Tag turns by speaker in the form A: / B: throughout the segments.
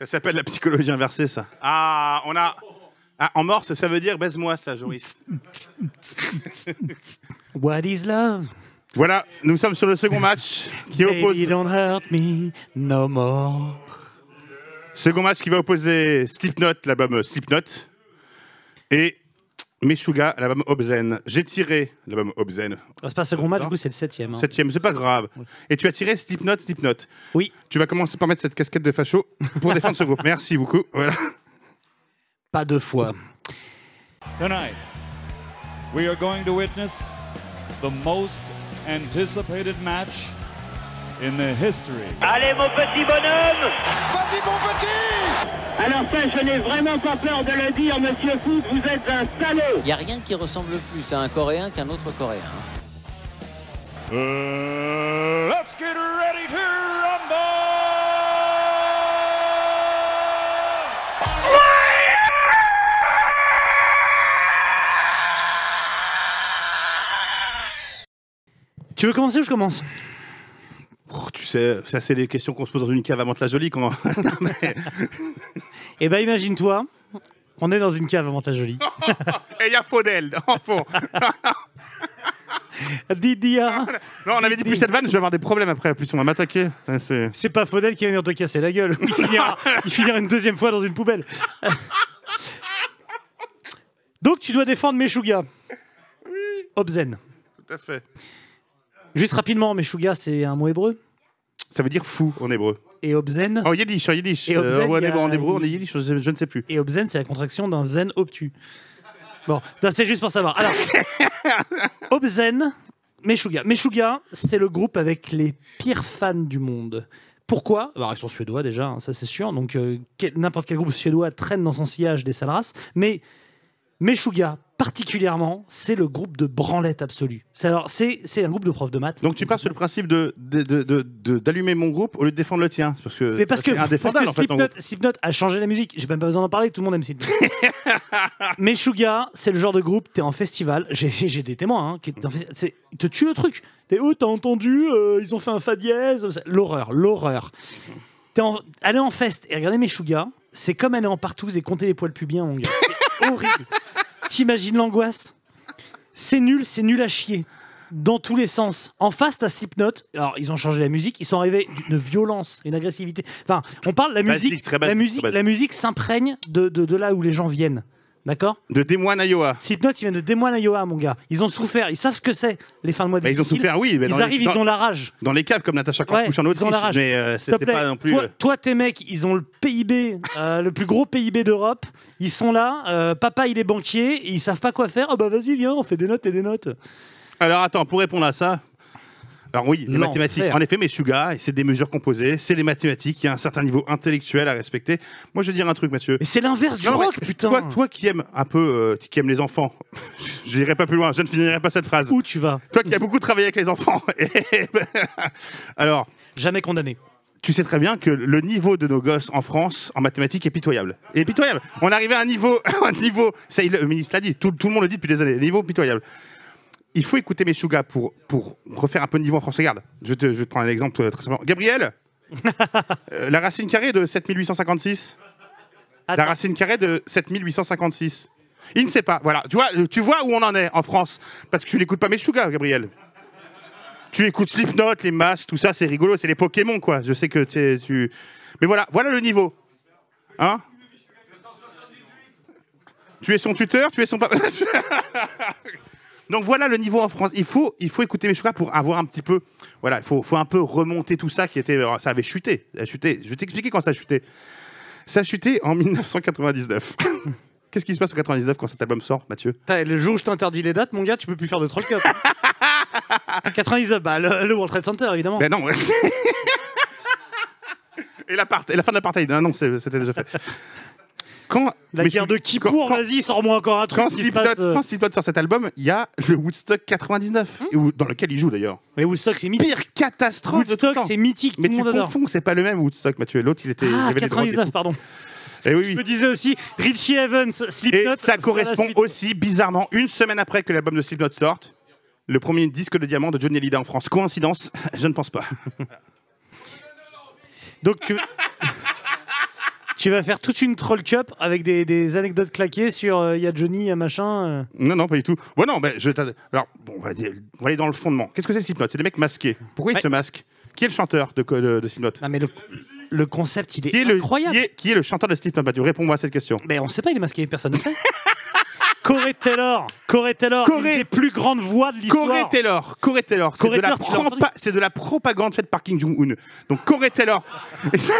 A: Ça s'appelle la psychologie inversée, ça. Ah, on a. Ah, en morse, ça veut dire baise-moi, ça, Joris.
B: What is love?
A: Voilà, nous sommes sur le second match qui oppose.
B: Baby, don't hurt me no more.
A: Second match qui va opposer Slipknot, l'album euh, Slipknot, et Meshuga, l'album Obscene. J'ai tiré l'album Obscene,
B: Ah, C'est pas le second match, du coup, c'est le septième. hein.
A: septième, c'est pas grave. Et tu as tiré Slipknot, Slipknot.
B: Oui.
A: Tu vas commencer par mettre cette casquette de facho pour défendre ce groupe. Merci beaucoup. Voilà.
B: Pas deux fois.
C: Tonight, we are going to witness the most anticipated match in the history
D: Allez mon petit bonhomme Vas-y mon petit Alors ça, je n'ai vraiment pas peur de le dire, monsieur Foot, vous êtes un salaud
E: Il n'y a rien qui ressemble plus à un Coréen qu'un autre Coréen.
C: Uh, let's get ready to rumble!
B: Tu veux commencer ou je commence
A: Oh, tu sais, ça, c'est les questions qu'on se pose dans une cave à Mantes-la-Jolie. Quand... Non, mais-
B: Eh ben, imagine-toi, on est dans une cave à jolie.
A: Et il y a Faudel, en fond.
B: Didier,
A: Non, on avait dit plus cette vanne, je vais avoir des problèmes après. En Plus on va m'attaquer. Ouais, c'est-
B: c'est pas Faudel qui va venir te casser la gueule. Il finira, il finira une deuxième fois dans une poubelle. Donc, tu dois défendre Meshuga. Obzen.
A: Tout à fait.
B: Juste rapidement, Meshuga, c'est un mot hébreu.
A: Ça veut dire fou en hébreu.
B: Et Obzen,
A: En yiddish, en yiddish.
B: Et
A: Euh,
B: Obscene,
A: ouais, en
B: il y a-
A: hébreu, en hébreu, en yiddish, je, je ne sais plus.
B: et obscène, c'est la contraction d'un zen obtus. Bon, non, c'est juste pour savoir. Alors, obscène, Meshuga. Meshuga, c'est le groupe avec les pires fans du monde. Pourquoi Alors, Ils sont suédois déjà, hein, ça c'est sûr. Donc, euh, quel- n'importe quel groupe suédois traîne dans son sillage des sales races. Mais Meshuga, particulièrement, c'est le groupe de branlette absolue. C'est- Alors, c'est c'est un groupe de profs de maths.
A: Donc tu pars sur le principe de de- de- de- de- d'allumer mon groupe au lieu de défendre le tien. C'est Parce que
B: Mais parce que,
A: c'est indéfendable
B: parce
A: en
B: que
A: fait. en groupe.
B: Slipknot, Slipknot a changé la musique. J'ai même pas besoin d'en parler, tout le monde aime Slipknot. Mais Suga, c'est le genre de groupe, t'es en festival, j'ai- j'ai des témoins, hein, qui est en festi- c'est- ils te tuent le truc. T'es oh, t'as entendu, euh, ils ont fait un fa dièse, ça- l'horreur, l'horreur. T'es en- Aller en fest et regarder Meshuga, c'est comme aller en partouze et compter les poils pubiens, mon gars. C'est horrible. T'imagines l'angoisse C'est nul, c'est nul à chier dans tous les sens. En face, t'as Slipknot. Alors, ils ont changé la musique. Ils sont arrivés d'une violence, une agressivité. Enfin, on parle la
A: Basique,
B: musique.
A: très basique,
B: la musique,
A: très basique.
B: la musique s'imprègne de, de, de là où les gens viennent. D'accord
A: De Des Moines à Iowa.
B: Slipknot, ils viennent de Des Moines à Iowa, mon gars. Ils ont souffert. Ils savent ce que c'est les fins de mois.
A: Bah, ils ont
B: difficiles.
A: souffert, oui. mais
B: Ils
A: dans les-
B: arrivent,
A: dans,
B: ils ont la rage.
A: dans les caves comme Natacha
B: Ouais,
A: Carpouche en
B: ils ont
A: Autriche.
B: la rage.
A: Mais euh,
B: S'il te
A: c'était
B: plaît,
A: pas non plus.
B: Toi,
A: euh,
B: toi, tes mecs, ils ont le PIB, euh, le plus gros PIB d'Europe. Ils sont là. euh, papa, il est banquier. et ils savent pas quoi faire. Oh bah vas-y, viens, on fait des notes et des notes.
A: Alors attends, pour répondre à ça. Alors oui, les
B: L'enfer.
A: mathématiques. En effet, mais Suga, c'est des mesures composées, c'est les mathématiques, il y a un certain niveau intellectuel à respecter. Moi, je vais dire un truc, Mathieu.
B: Mais c'est l'inverse du
A: Non,
B: rock,
A: mais
B: putain.
A: Toi, toi qui aimes un peu, euh, qui aime les enfants, je n'irai pas plus loin, je ne finirai pas cette phrase.
B: Où tu vas
A: Toi qui as beaucoup travaillé avec les enfants. Alors,
B: Jamais condamné.
A: tu sais très bien que le niveau de nos gosses en France en mathématiques est pitoyable. Et pitoyable. On est arrivé à un niveau, un niveau, ça il- le ministre l'a dit, tout, tout le monde le dit depuis des années, niveau pitoyable. Il faut écouter Meshuga pour, pour refaire un peu de niveau en France. Regarde, je te, je vais te prendre un exemple euh, très simplement. Gabriel, euh, la racine carrée de 7856 La
B: Attends.
A: racine carrée de 7856 Il ne sait pas, voilà. Tu vois, tu vois où on en est en France Parce que tu n'écoutes pas Meshuga, Gabriel. Tu écoutes Slipknot, les masques, tout ça, c'est rigolo, c'est les Pokémon, quoi. Je sais que t'es- tu. Mais voilà, voilà le niveau. Hein Tu es son tuteur, tu es son papa. Donc voilà le niveau en France. Il faut, il faut écouter Meshuga pour avoir un petit peu. Voilà, il faut, faut un peu remonter tout ça qui était. Ça avait chuté. ça a chuté. Je vais t'expliquer quand ça a chuté. Ça a chuté en 1999. Qu'est-ce qui se passe en 99 quand cet album sort, Mathieu
B: Putain, Le jour où je t'interdis les dates, mon gars, tu peux plus faire de troc. 99, bah, le, le World Trade Center, évidemment.
A: Ben non. et, la part- et la fin de l'apartheid. Ah non, c'est- c'était déjà fait. Quand
B: La
A: mais
B: guerre
A: je-
B: de Kippour,
A: quand-
B: vas-y, sors-moi encore un truc
A: Quand
B: qui se
A: Slipknot
B: passe. Hein euh.
A: quand Slipknot sort cet album, il y a le Woodstock 99, et où- dans lequel il joue d'ailleurs.
B: Mais Woodstock, c'est mythique.
A: Pire catastrophe de tout le
B: Woodstock,
A: temps.
B: c'est mythique, tout
A: Mais
B: le
A: tu
B: monde adore.
A: confonds, c'est pas le même Woodstock, Mathieu. L'autre, il était. il
B: Ah,
A: avait des droits des-
B: 99, pardon.
A: Eh oui, oui.
B: Je me disais aussi Richie Evans, Slipknot.
A: Et ça
B: voilà,
A: correspond
B: suite.
A: aussi bizarrement une semaine après que l'album de Slipknot sorte, le premier disque de diamant de Johnny Hallyday en France. Coïncidence Je ne pense pas.
B: Donc tu. Tu vas faire toute une troll cup avec des, des anecdotes claquées sur euh, il y a Johnny, il y a machin. euh.
A: Non, non, pas du tout. Bon, non, ben, je t'ad- Alors, bon, on va, dire- on va aller dans le fondement. Qu'est-ce que c'est Slipknot C'est des mecs masqués. Pourquoi ils
B: Ouais.
A: se masquent Qui est le chanteur de, co- de, de Slipknot
B: Non mais le, le concept il est,
A: qui est, le,
B: incroyable.
A: qui, est, qui est le chanteur de Slipknot Mathieu Réponds-moi à cette question.
B: Mais on sait pas, il est masqué, personne ne sait. Corey Taylor, Corey Taylor,
A: Corey-
B: une des plus grandes voix de
A: Corey
B: l'histoire.
A: Taylor, Corey Taylor, c'est
B: Corey
A: de, la
B: Taylor, tu l'as
A: propa-
B: entendu
A: c'est de la propagande faite par Kim Jong-un. Donc Corey Taylor, et ça,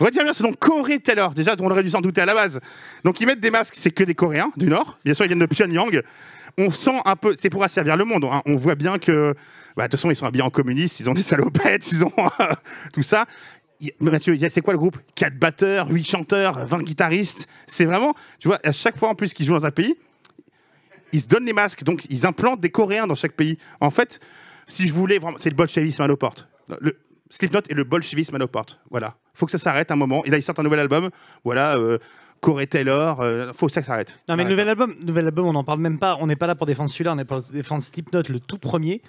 A: retiens bien ce nom, Corey Taylor, déjà on aurait dû s'en douter à la base. Donc ils mettent des masques, c'est que des Coréens du Nord, bien sûr ils viennent de Pyongyang. On sent un peu, c'est pour asservir le monde, hein. on voit bien que, bah, de toute façon ils sont habillés en communistes, ils ont des salopettes, ils ont tout ça. Il- mais Mathieu, il y a- c'est quoi le groupe 4 batteurs, 8 chanteurs, 20 guitaristes. C'est vraiment, tu vois, à chaque fois en plus qu'ils jouent dans un pays, ils se donnent les masques, donc ils implantent des Coréens dans chaque pays. En fait, si je voulais vraiment, c'est le bolchevisme à nos portes. Le Slipknot est le bolchevisme à nos portes. Voilà. Faut que ça s'arrête un moment. Et là, ils sortent un nouvel album. Voilà, euh, Corey Taylor. euh, faut que ça s'arrête.
B: Non mais
A: Arrête.
B: nouvel album, nouvel album, on n'en parle même pas. On n'est pas là pour défendre celui-là, on est pour défendre Slipknot, le tout premier.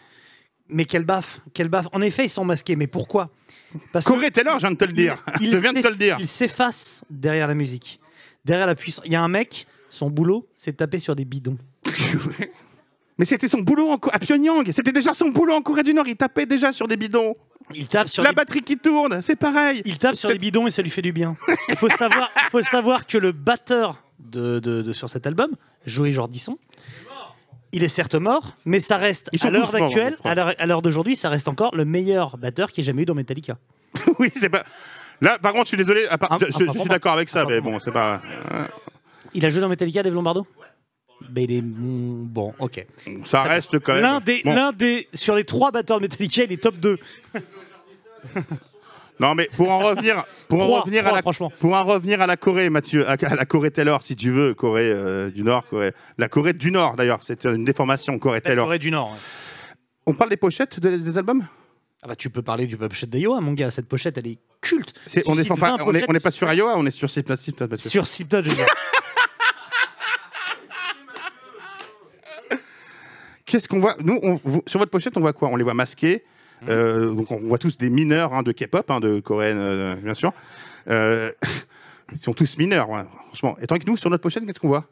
B: Mais quel baffe, quel baffe. En effet, ils sont masqués, mais pourquoi Parce que
A: Corey Taylor, je viens de te le dire.
B: il
A: je viens de te le
B: s'eff-
A: dire.
B: Il s'efface derrière la musique, derrière la puissance. Il y a un mec, son boulot, c'est de taper sur des bidons.
A: Mais c'était son boulot en Co- à Pyongyang. C'était déjà son boulot en Corée du Nord. Il tapait déjà sur des bidons.
B: Il tape sur
A: La
B: des
A: batterie qui tourne, c'est pareil.
B: Il tape sur les bidons et ça lui fait du bien. Il faut savoir, il faut savoir que le batteur de, de- de- sur cet album, Joey Jordisson, il est certes mort, mais ça reste
A: Ils sont
B: à l'heure
A: tous morts,
B: d'actuelle,
A: je crois.
B: à l'heure- à l'heure d'aujourd'hui, ça reste encore le meilleur batteur qui ait jamais eu dans Metallica.
A: Oui, c'est pas. Là, par contre, je suis désolé. à part-
B: Ah,
A: je,
B: ah,
A: je- je
B: par
A: suis
B: contre.
A: d'accord avec ça,
B: Ah,
A: mais
B: par
A: bon, c'est pas.
B: Il a joué dans Metallica, Dave Lombardo. Ben, il est- mm, bon, ok.
A: Ça reste quand même.
B: L'un des,
A: Bon.
B: l'un des, sur les trois batteurs de Metallica, il est top 2.
A: Non, mais pour en revenir, pour en
B: Trois,
A: revenir
B: trois,
A: à la,
B: franchement.
A: pour en revenir à la Corée, Mathieu, à, à la Corée Taylor, si tu veux, Corée euh, du Nord, Corée, la Corée du Nord d'ailleurs, c'est une déformation Corée Taylor.
B: Corée du Nord. ouais.
A: On parle des pochettes de- des albums
B: Ah bah, tu peux parler du pochette de Yoa, mon gars. Cette pochette, elle est culte.
A: C'est- On
B: Suscite
A: n'est pas,
B: 20
A: on est, on est
B: pochettes
A: pas sur Iowa, on est sur Slipknot, Slipknot, Mathieu.
B: sur Slipknot. je veux dire.
A: Qu'est-ce qu'on voit Nous, on- vous- sur votre pochette, on voit quoi On les voit masqués.
B: Mhm.
A: euh, donc on voit tous des mineurs hein, de K-pop, hein, de coréenne, euh, bien sûr. Euh, ils sont tous mineurs, ouais, franchement. Et tant que nous, sur notre pochette, qu'est-ce qu'on voit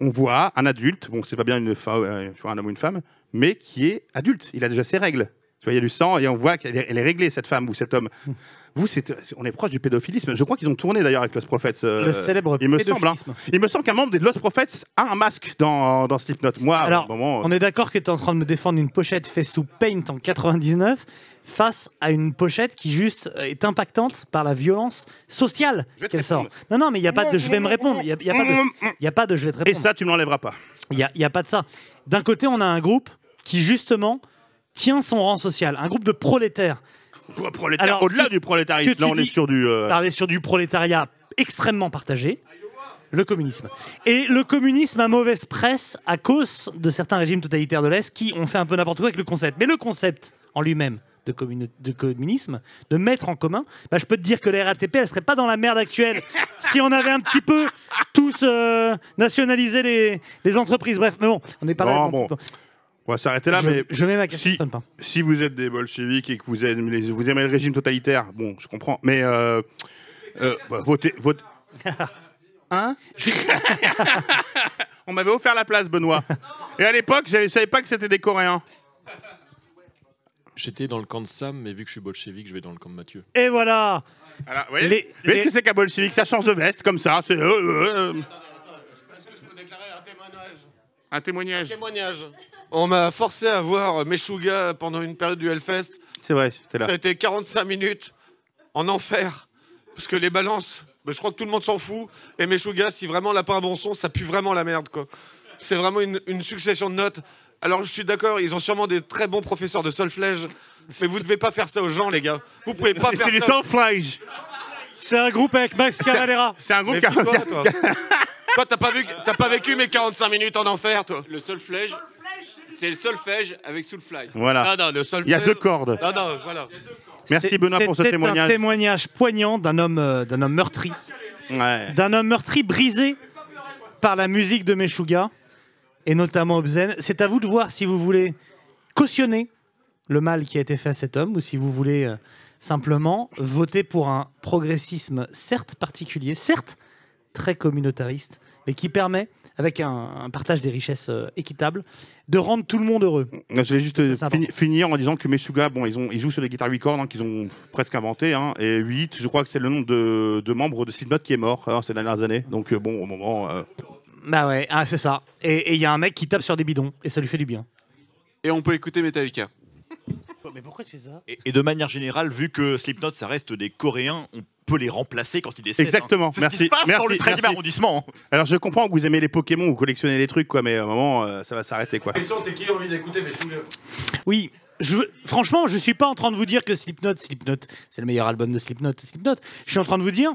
A: On voit un adulte, bon, c'est pas bien une femme, euh, tu vois, un homme ou une femme, mais qui est adulte. Il a déjà ses règles. Tu vois, il y a du sang et on voit qu'elle est, elle est réglée, cette femme ou cet homme.
B: Hmm.
A: Vous, c'est, on est proche du pédophilisme. Je crois qu'ils ont tourné d'ailleurs avec Los Prophets. euh,
B: Le célèbre
A: il me semble, hein.
B: pédophilisme.
A: Il me semble qu'un membre des Los Prophets a un masque dans, dans Slipknot. Moi, à
B: Alors,
A: un moment,
B: on est d'accord que tu es en train de me défendre une pochette faite sous Paint en 99 face à une pochette qui juste euh, est impactante par la violence sociale
A: vais te
B: qu'elle sort.
A: répondre.
B: Non, non, mais il n'y a pas de je vais me répondre. Il n'y a, il y a pas de- il y a pas de je vais te
A: Et
B: répondre.
A: ça, tu me l'enlèveras pas.
B: Il n'y a, il y a pas de ça. D'un côté, on a un groupe qui justement tient son rang social, un groupe de prolétaires.
A: Pro- prolétaire,
B: Alors,
A: Au-delà
B: ce que-
A: du
B: ce
A: prolétarisme,
B: que
A: là,
B: tu
A: on est
B: dis-
A: sur du. euh,
B: parler sur du prolétariat extrêmement partagé, le communisme. Et le communisme a mauvaise presse à cause de certains régimes totalitaires de l'Est qui ont fait un peu n'importe quoi avec le concept. Mais le concept en lui-même de, communi- de communisme, de mettre en commun, bah, je peux te dire que la RATP, elle serait pas dans la merde actuelle si on avait un petit peu tous euh, nationalisé les, les entreprises. Bref, mais bon, on n'est pas là.
A: Non, bon, On va s'arrêter là,
B: je,
A: mais
B: je mets ma question.
A: si-
B: ça sonne pas.
A: si vous êtes des bolcheviques et que vous aimez, les- vous aimez le régime totalitaire, bon, je comprends. Mais euh, euh, bah, votez, votez. Hein On m'avait offert la place, Benoît. Et à l'époque, je savais pas que c'était des Coréens.
F: J'étais dans le camp de Sam, mais vu que je suis bolchevique, je vais dans le camp de Mathieu.
B: Et voilà
A: Alors, vous voyez,
B: Les-
A: vous voyez ce
B: les-
A: que c'est qu'un bolchevique Ça change de veste comme ça. C'est. euh, euh, euh, un témoignage.
G: Témoignage. On m'a forcé à voir Meshuga pendant une période du Hellfest.
A: C'est vrai, c'était là.
G: Ça a été 45 minutes en enfer. Parce que les balances, bah, je crois que tout le monde s'en fout. Et Meshuga, si vraiment elle n'a pas un bon son, ça pue vraiment la merde. quoi. C'est vraiment une, une succession de notes. Alors je suis d'accord, ils ont sûrement des très bons professeurs de solfège. Mais vous ne devez pas faire ça aux gens, les gars. Vous pouvez pas faire
A: C'est du
G: ça.
A: sans-flage.
B: C'est un groupe avec Max Cavalera.
A: C'est un groupe
G: Mais
A: qui a-
G: toi, toi. Toi, t'as pas, vu- t'as pas vécu mes 45 minutes en enfer, toi.
H: Le solfège, c'est le solfège avec Soulfly.
A: Voilà.
G: Non, non,
A: Ah. Il
G: le
A: y
G: solfège.
A: a deux cordes.
G: Non, non, voilà.
A: Merci
B: Ah, C'est-
A: Benoît pour ce
B: c'était un
A: témoignage.
B: témoignage poignant d'un homme, euh, d'un homme meurtri,
A: Ouais.
B: d'un homme meurtri brisé par la musique de Meshuga et notamment Obscene. C'est à vous de voir si vous voulez cautionner le mal qui a été fait à cet homme ou si vous voulez euh, Simplement, voter pour un progressisme certes particulier, certes très communautariste, mais qui permet, avec un, un partage des richesses euh, équitable, de rendre tout le monde heureux.
A: Je vais juste euh,
B: Ça, ça
A: fini- finir en disant que Meshuga, bon, ils, ont, ils jouent sur les guitares 8 cordes hein, qu'ils ont presque inventées. hein, et 8, je crois que c'est le nombre de, de membres de Slipknot qui est mort hein, ces dernières années. Donc, euh, bon, au moment. euh,
B: Bah ouais, ah, c'est ça. Et et il y a un mec qui tape sur des bidons, et ça lui fait du bien.
H: Et on peut écouter Metallica.
B: Mais pourquoi tu fais ça
I: Et, et de manière générale, vu que Slipknot, ça reste des Coréens, on peut les remplacer quand ils décèdent. hein.
A: Exactement,
I: C'est ce
A: merci.
I: qui se passe
A: merci,
I: dans le 13e
A: merci.
I: arrondissement. hein.
A: Alors, je comprends que vous aimez les Pokémon, vous collectionnez les trucs, quoi, mais à un moment, euh, ça va s'arrêter, quoi.
G: La question, c'est qui a envie d'écouter Meshuga
B: Oui, je, veux- franchement, je suis pas en train de vous dire que Slipknot, Slipknot, c'est le meilleur album de Slipknot, Slipknot. Je suis en train de vous dire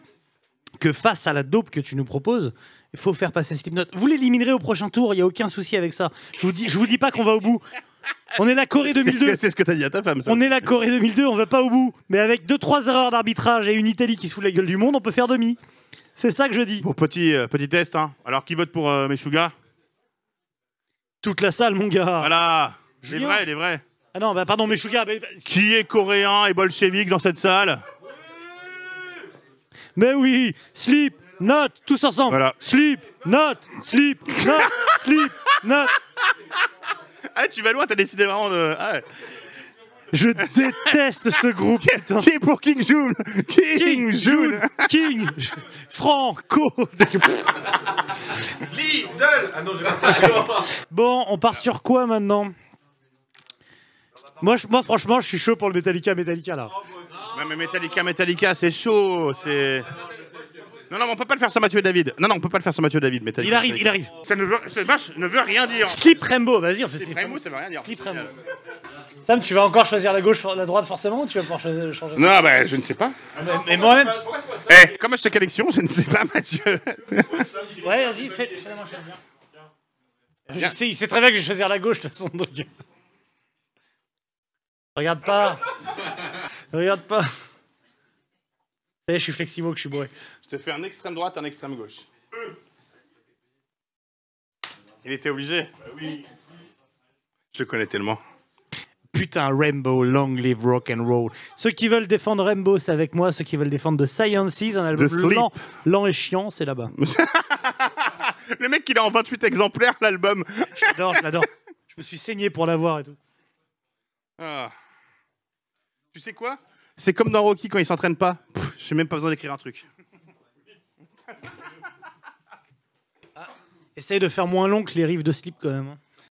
B: que face à la dope que tu nous proposes, il faut faire passer Slipknot. Vous l'éliminerez au prochain tour, il y a aucun souci avec ça. Je vous dis, je vous dis pas qu'on va au bout. On est la Corée
A: C'est ce
B: 2002.
A: que- c'est ce que t'as dit à ta femme, ça.
B: On est la Corée 2002, on va pas au bout. Mais avec deux trois erreurs d'arbitrage et une Italie qui se fout de la gueule du monde, on peut faire demi. C'est ça que je dis.
A: Bon, petit, euh, petit test, hein. Alors, qui vote pour euh, Meshuga
B: Toute la salle, mon gars.
A: Voilà Il est
B: Julien.
A: vrai, il est vrai.
B: Ah non, bah pardon, mais Shuga, mais,
A: Qui est coréen et bolchevique dans cette salle
B: mais oui, slip, note, tous ensemble.
A: Voilà.
B: Slip, note, slip, note, slip, note.
A: Ah, tu vas loin, t'as décidé vraiment de. Ah, ouais.
B: Je déteste ce groupe, putain.
A: Qui est pour King June King June
B: King, Franco.
G: Lidl Ah non, j'ai pas fait
B: Bon, on part sur quoi maintenant moi, je- moi, franchement, je suis chaud pour le Metallica, Metallica là.
A: Non mais Metallica, Metallica, c'est chaud, c'est... Non, non, mais on peut pas le faire sans Mathieu David. Non, non, on peut pas le faire sans Mathieu David, Metallica.
B: Il arrive, il arrive.
A: Ça ne veut, cette vache ne veut rien dire.
B: Slip Rainbow, vas-y, on fait Slip
A: Raymond,
B: Rainbow.
A: ça veut rien dire.
B: Slip Rainbow. Sam, tu vas encore choisir la gauche, la droite forcément, ou tu vas pouvoir cho- changer Ah,
A: Non, bah, je ne sais pas.
B: Mais moi-même.
A: Eh, comme à chaque élection, je ne sais pas, Mathieu.
B: Ouais, vas-y, fais, fais la main choisir. Je sais, il sait très bien que je vais choisir la gauche de toute façon, donc. Regarde pas. Regarde pas. Ça y est, je suis flexibo que je suis bourré.
A: je te fais un extrême droite, un extrême gauche. Il était obligé.
B: Bah
A: oui. Je le connais tellement.
B: Putain, Rainbow, long live rock and roll. Ceux qui veulent défendre Rainbow, c'est avec moi. Ceux qui veulent défendre The Sciences, un album
A: Sleep.
B: lent, lent et chiant, c'est là-bas.
A: Le mec, il est en 28 exemplaires, l'album.
B: Je l'adore, je l'adore. Je me suis saigné pour l'avoir et tout.
A: Ah. Tu sais quoi C'est comme dans Rocky quand il s'entraîne pas. Pff, J'ai même pas besoin d'écrire un truc.
B: Essaye de faire moins long que les rives de Slip quand même. hein.